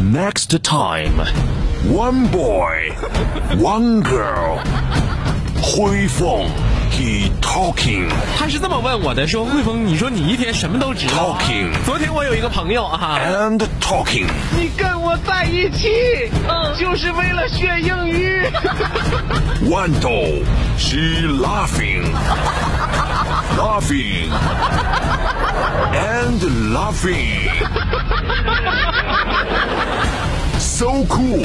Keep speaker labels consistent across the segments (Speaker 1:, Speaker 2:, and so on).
Speaker 1: Next time, one boy, one girl. 辉凤，he talking
Speaker 2: 他是这么问我的，说汇丰，你说你一天什么都知道啊
Speaker 1: Talking
Speaker 2: 昨天我有一个朋友啊，
Speaker 1: and talking。
Speaker 3: 你跟我在一起，嗯，就是为了学英语。
Speaker 1: Wando, she laughing, laughing, and laughing. So cool,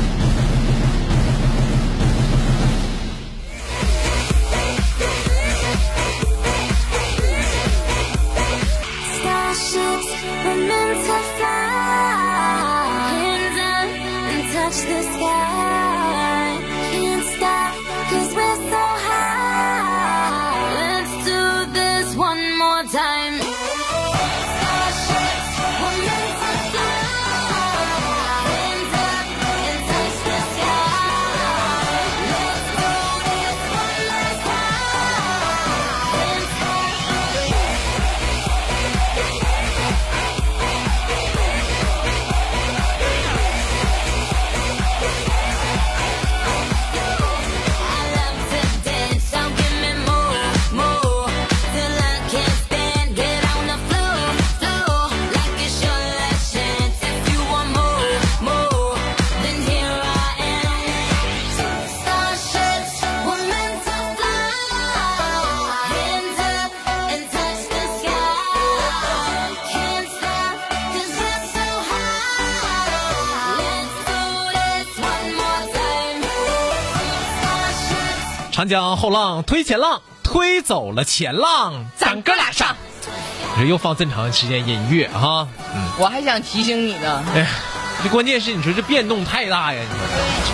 Speaker 4: Starships were meant to fly. Hands up and touch the sky. Can't stop, cause we're so high. Let's do this one more time. Starships were meant to fly. Hands up and touch the sky. Let's do this one more time. Let's go. I love to dance, so give me more, more till I can't stand. Get on the floor, floor like it's your last chance. If you want more, more, then here I am. Starships were meant to fly, hands up and touch the sky. Can't stop 'cause we're so high. Let's do this one more time.
Speaker 2: 长江后浪推前浪，推走了前浪，咱哥俩上。这又放这么长时间音乐哈、
Speaker 5: 我还想提醒你呢，
Speaker 2: 哎呀，这关键是你说这变动太大呀！你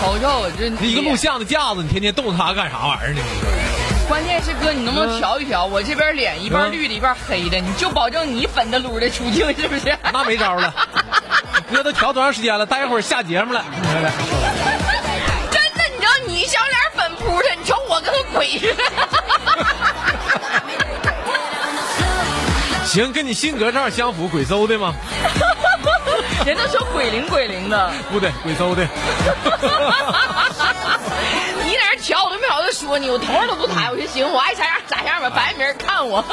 Speaker 2: 说
Speaker 5: 瞅瞅我这
Speaker 2: 这一个录像的架子，你天天动它干啥玩意儿 呢？你说
Speaker 5: 关键是哥，你能不能调一调？我这边脸一半
Speaker 2: 嗯
Speaker 5: 绿的，一半黑的，你就保证你粉的撸的出镜是不是？
Speaker 2: 那没招了，哥都调多长时间了？待会儿下节目了，你看看
Speaker 5: 真的，你知道你小脸粉扑的，你瞅我跟个鬼似的。
Speaker 2: 行，跟你性格正好相符，鬼搜的吗？
Speaker 5: 人都说鬼灵鬼灵的，
Speaker 2: 不对，鬼搜的。
Speaker 5: 你在这瞧，我都没好意思说你，我头发都不抬，我说行，我爱啥样咋样吧，反正没人看 我。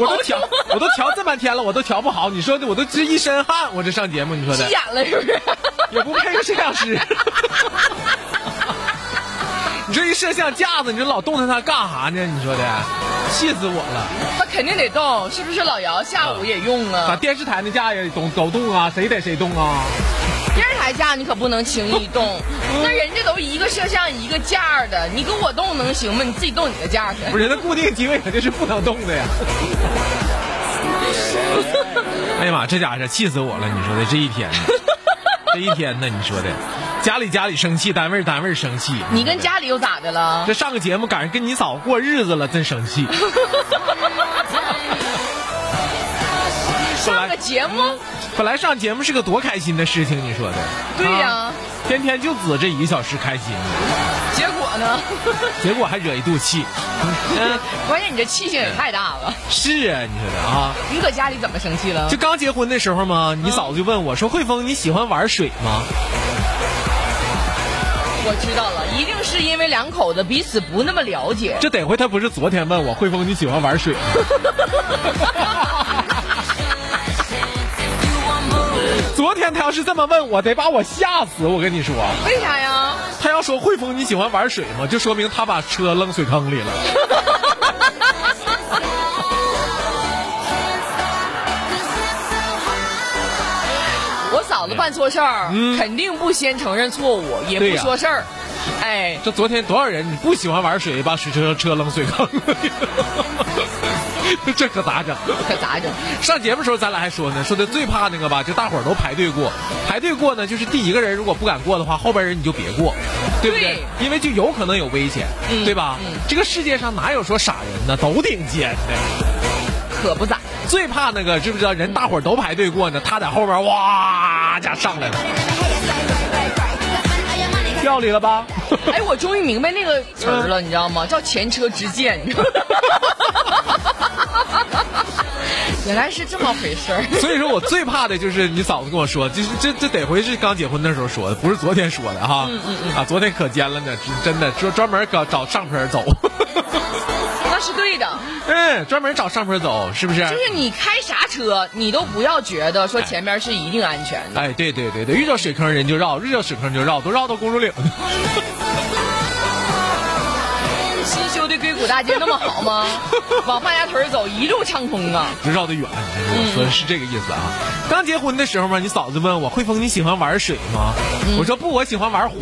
Speaker 2: 我都调，
Speaker 5: 瞅 瞅
Speaker 2: 我都调这半天了，我都调不好。你说的我都这一身汗，我这上节目，你说
Speaker 5: 急
Speaker 2: 的
Speaker 5: 眼了是不是？
Speaker 2: 也不配个摄像师。 你这一摄像架子，你这老动弹它干啥呢？你说的，气死我了！
Speaker 5: 他肯定得动，是不是？老姚下午也用
Speaker 2: 把
Speaker 5: 啊，
Speaker 2: 电视台那架也动都动啊，谁逮谁动啊？
Speaker 5: 电视台架你可不能轻易动，
Speaker 2: 嗯
Speaker 5: 那人家都一个摄像一个架儿的，你给我动能行吗？你自己动你的架去。
Speaker 2: 不是，那固定机位肯定是不能动的呀。 哎呀妈，这家伙气死我了！你说的这一 天呢，这一天呢，你说的，家里家里生气，单位单位生气。
Speaker 5: 你跟家里又咋的了？
Speaker 2: 这上个节目赶上跟你嫂过日子了，真生气。本
Speaker 5: 上个
Speaker 2: 来嗯
Speaker 5: 节目，
Speaker 2: 本来上节目是个多开心的事情，你说的。
Speaker 5: 对呀
Speaker 2: 啊天天就指这一个小时开心，
Speaker 5: 结果 呢？
Speaker 2: 结果还惹一肚气。嗯，
Speaker 5: 关键你这气性也太大了。
Speaker 2: 是啊，你说的啊。
Speaker 5: 你搁家里怎么生气了
Speaker 2: 就？刚结婚的时候嘛，你嫂子就问我说：“慧峰，你喜欢玩水吗
Speaker 5: 我知道了，一定是因为两口子彼此不那么了解？”。
Speaker 2: 这得亏她不是昨天问我：“慧峰，你喜欢玩水吗
Speaker 4: You want more,？”
Speaker 2: 昨天她要是这么问我，得把我吓死。我跟你说，
Speaker 5: 为啥呀？
Speaker 2: 她要说：“慧峰，你喜欢玩水吗？”就说明她把车扔水坑里了。
Speaker 5: 我嫂子办错事儿，
Speaker 2: 嗯
Speaker 5: 肯定不先承认错误，也
Speaker 2: 对
Speaker 5: 不
Speaker 2: 呀
Speaker 5: 说事儿。哎，
Speaker 2: 这昨天多少人你不喜欢玩水，把水车车扔水坑里？ 这可咋整？
Speaker 5: 可咋整？
Speaker 2: 上节目时候咱俩还说呢，说的最怕那个吧，就大伙儿都排队过，排队过呢，就是第一个人如果不敢过的话，后边人你就别过，对不对？
Speaker 5: 对
Speaker 2: 因为就有可能有危险，对吧、这个世界上哪有说傻人呢？都顶尖的。
Speaker 5: 可不咋。
Speaker 2: 最怕那个知不知道？人大伙儿都排队过呢，他在后边哇家上来了，要理了吧？
Speaker 5: 哎，我终于明白那个词儿了，你知道吗？叫前车之鉴。 原来是这么回事儿。
Speaker 2: 所以说我最怕的就是你嫂子跟我说，这这这得回是刚结婚的时候说的，不是昨天说的哈。嗯嗯嗯啊，昨天可尖了呢，真的说专门搞找上坡走，
Speaker 5: 那是对的，
Speaker 2: 嗯，专门找上坡走，是不是？
Speaker 5: 就是你开啥车，你都不要觉得说前面是一定安全的。
Speaker 2: 哎，对对对对，遇到水坑人就绕，遇到水坑就绕，都绕到公主岭。
Speaker 5: 新修的硅谷大街那么好吗？往范家屯儿走，一路畅通啊！
Speaker 2: 就绕得远。我说的是这个意思啊。刚结婚的时候嘛，你嫂子问我，慧峰你喜欢玩水吗？我说不，我喜欢玩火。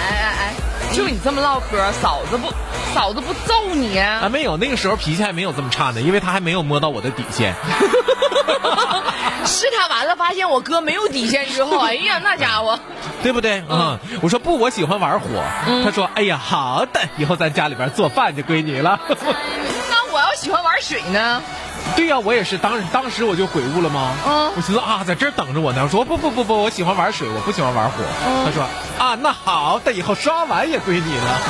Speaker 5: 哎哎哎，就你这么唠嗑，嫂子不嫂子不揍你？
Speaker 2: 啊，没有，那个时候脾气还没有这么差呢，因为他还没有摸到我的底线。
Speaker 5: 试探完了，发现我哥没有底线之后，哎呀，那家伙，
Speaker 2: 对不对？啊、我说不，我喜欢玩火。他说，哎呀，好的，以后咱家里边做饭就归你了。
Speaker 5: 那我要喜欢玩水呢？
Speaker 2: 对呀、我也是，当时当时我就悔悟了吗？
Speaker 5: 嗯
Speaker 2: 我寻思啊，在这儿等着我呢。我说不不不不，我喜欢玩水，我不喜欢玩火。他说啊，那好的，以后刷碗也归你了。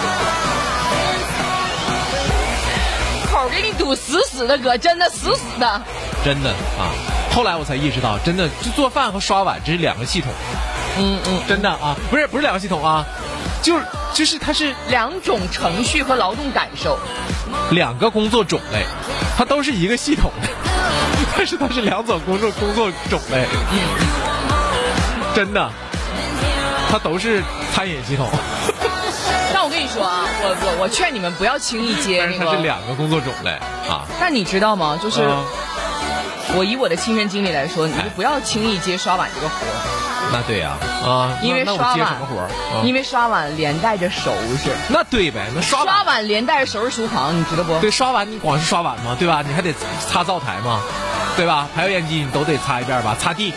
Speaker 5: 口给你堵死死的，哥，真的死死的。
Speaker 2: 真的啊，后来我才意识到，真的就做饭和刷碗这是两个系统。
Speaker 5: 嗯嗯，
Speaker 2: 真的啊，不是不是两个系统啊，就是就是它是
Speaker 5: 两种程序和劳动感受。
Speaker 2: 两个工作种类，它都是一个系统的， 但是它是两种工作工作种类，真的，它都是餐饮系统，
Speaker 5: 但我跟你说啊，我我我劝你们不要轻易接
Speaker 2: 但
Speaker 5: 那
Speaker 2: 是它是
Speaker 5: 个。
Speaker 2: 两个工作种类啊。
Speaker 5: 但你知道吗？就是
Speaker 2: 嗯
Speaker 5: 我以我的亲身经历来说，你就不要轻易接刷碗这个活，
Speaker 2: 那对呀，啊，
Speaker 5: 因为
Speaker 2: 那那
Speaker 5: 刷
Speaker 2: 我接
Speaker 5: 碗
Speaker 2: 什么活儿？啊
Speaker 5: 因为刷碗连带着收拾，
Speaker 2: 那对呗，那刷
Speaker 5: 刷
Speaker 2: 碗。
Speaker 5: 碗连带着收拾厨房，你知道不？
Speaker 2: 对，刷碗你光是刷碗吗？对吧？你还得擦灶台吗？对吧？排油烟机你都得擦一遍吧？擦地，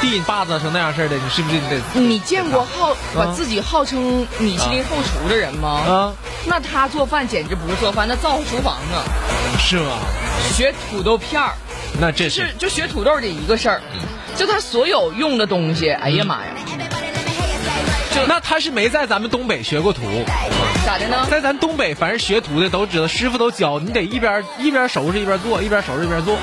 Speaker 2: 地坝子成那样式儿的，你是不是你得？
Speaker 5: 你见过号把自己号称米其林
Speaker 2: 啊
Speaker 5: 后厨的人吗？
Speaker 2: 啊？
Speaker 5: 那他做饭简直不是做饭，那造厨房呢，
Speaker 2: 是吗？
Speaker 5: 学土豆片儿
Speaker 2: 那这
Speaker 5: 是就学土豆这一个事
Speaker 2: 嗯
Speaker 5: 儿，就他所有用的东西，哎呀妈呀，
Speaker 2: 那他是没在咱们东北学过徒，
Speaker 5: 咋的呢？
Speaker 2: 在咱东北，凡是学徒的都知道，师傅都教你得一边一边收拾一边做，一边收拾一边做。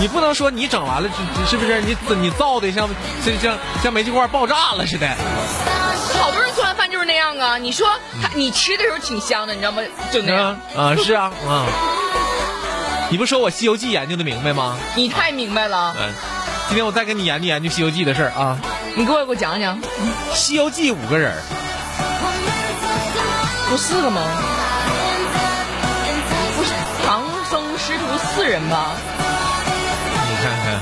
Speaker 2: 你不能说你整完了，是是不是你你造的像像像像煤气罐爆炸了似的？
Speaker 5: 好多人做完饭就是那样啊，你说他你吃的时候挺香的，你知道吗？就那样
Speaker 2: 啊，啊是啊啊！你不说我《西游记》研究的明白吗？
Speaker 5: 你太明白了，
Speaker 2: 嗯，今天我再跟你研究研究《西游记》的事儿啊，
Speaker 5: 你给我给我讲讲，
Speaker 2: 《西游记》五个人儿，
Speaker 5: 不四个吗？不是唐僧师徒四人吧？
Speaker 2: 你看看，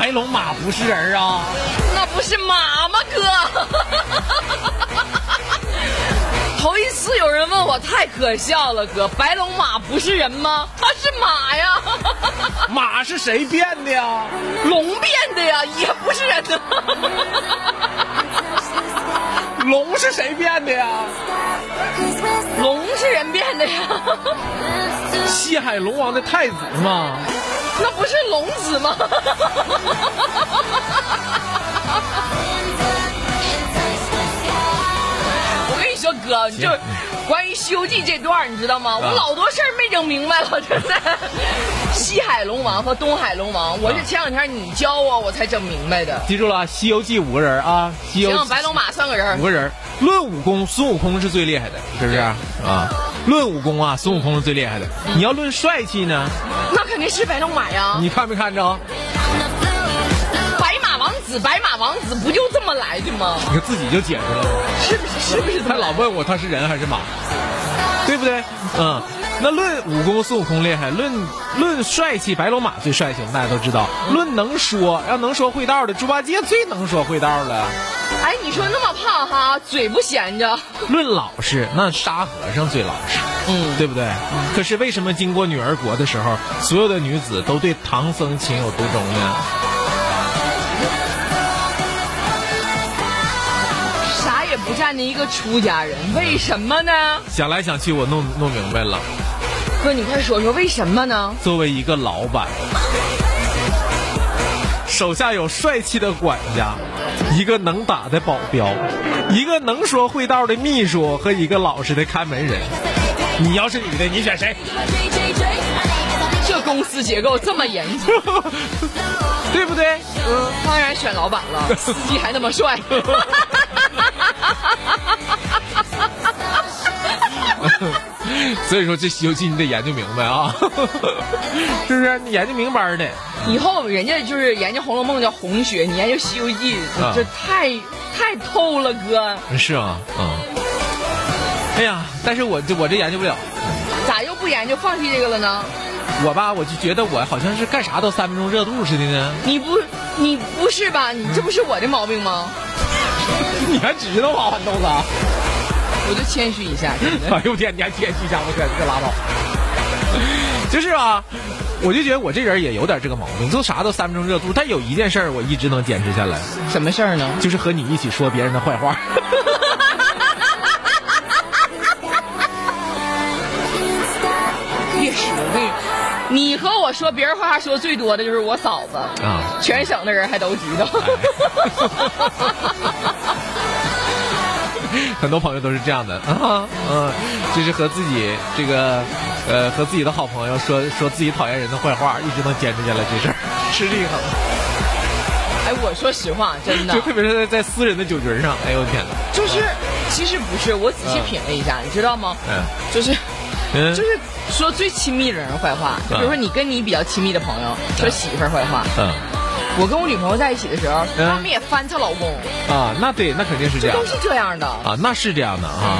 Speaker 2: 白龙马不是人儿啊。
Speaker 5: 那不是马吗，哥？ 头一次有人问我，太可笑了，哥。白龙马不是人吗？他是马呀，
Speaker 2: 马是谁变的呀？
Speaker 5: 龙变的呀，也不是人呢。
Speaker 2: 龙是谁变的呀？
Speaker 5: 龙是人变的呀，
Speaker 2: 西海龙王的太子嘛。
Speaker 5: 那不是龙子吗？ 我跟你说，哥，你就
Speaker 2: 行
Speaker 5: 关于《西游记》这段儿，你知道吗？我老多事儿没整明白了， 真的。西海龙王和东海龙王，我是前两天你教我，我才整明白的。
Speaker 2: 记住了，《啊西游记》五个人啊，《西游记
Speaker 5: 行，》白龙马算个人儿
Speaker 2: 五，个人。论武功，孙悟空是最厉害的，是不是啊？论武功啊，孙悟空是最厉害的。你要论帅气呢，
Speaker 5: 那肯定是白龙马呀。
Speaker 2: 你看没看着？
Speaker 5: 白马王子，白马王子不就这么来的吗？
Speaker 2: 你看自己就解释了吗？
Speaker 5: 是不是？是不是这么
Speaker 2: 他
Speaker 5: 来的？
Speaker 2: 老问我他是人还是马，对不对？嗯，那论武功，孙悟空厉害；论论帅气，白龙马最帅气，我们大家都知道。论能说，要能说会道的，猪八戒最能说会道了。
Speaker 5: 哎，你说那么胖哈，嘴不闲着，
Speaker 2: 论老实，那沙和尚最老实，
Speaker 5: 嗯
Speaker 2: 对不对？可是为什么经过女儿国的时候，所有的女子都对唐僧情有独钟呢？
Speaker 5: 啥也不占的一个出家人，为什么呢？
Speaker 2: 想来想去，我弄弄明白了，
Speaker 5: 哥，你快说说为什么呢？
Speaker 2: 作为一个老板，手下有帅气的管家，一个能打的保镖，一个能说会道的秘书和一个老实的看门人。你要是女的，你选谁？
Speaker 5: 这公司结构这么严谨，
Speaker 2: 对不对？
Speaker 5: 嗯，当然选老板了，司机还那么帅。
Speaker 2: 所以说这《西游记》你得研究明白啊， 是不是？你研究明白儿的。
Speaker 5: 以后人家就是研究《红楼梦》叫红学，你研究《西游记
Speaker 2: 啊》，
Speaker 5: 这太太透了，哥，
Speaker 2: 是啊，嗯。哎呀，但是我这我这研究不了，
Speaker 5: 咋又不研究放弃这个了呢？
Speaker 2: 我吧我就觉得我好像是干啥都三分钟热度似的呢。
Speaker 5: 你不，你不是吧？你这不是我的毛病吗？
Speaker 2: 你还知道啊，豌豆子？
Speaker 5: 我就谦虚一下，真 的。
Speaker 2: 哎呦我天，你还谦虚一下，我天，你可拉倒。就是啊，我就觉得我这人也有点这个毛病，做啥都三分钟热度。但有一件事儿我一直能坚持下来，
Speaker 5: 什么事儿呢？
Speaker 2: 就是和你一起说别人的坏话。
Speaker 5: 别说这个，你和我说别人坏话说最多的就是我嫂子
Speaker 2: 啊
Speaker 5: 全省的人还都知道。
Speaker 2: 哎很多朋友都是这样的啊，嗯，就是和自己这个，呃，和自己的好朋友说说自己讨厌人的坏话，一直能坚持下来这事儿，吃力很。
Speaker 5: 哎，我说实话，真的
Speaker 2: 就特别是在在私人的酒局上，哎呦我天哪，
Speaker 5: 就是，其实不是，我仔细品了一下，你知道吗？
Speaker 2: 嗯
Speaker 5: 就是。
Speaker 2: 嗯，
Speaker 5: 就是说最亲密的人坏话，就比如说你跟你比较亲密的朋友说媳妇儿坏话。
Speaker 2: 嗯
Speaker 5: 我跟我女朋友在一起的时候，
Speaker 2: 嗯
Speaker 5: 他们也翻她老公，
Speaker 2: 啊，那对，那肯定是这
Speaker 5: 这
Speaker 2: 样
Speaker 5: 都是这样的。
Speaker 2: 啊，那是这样的啊，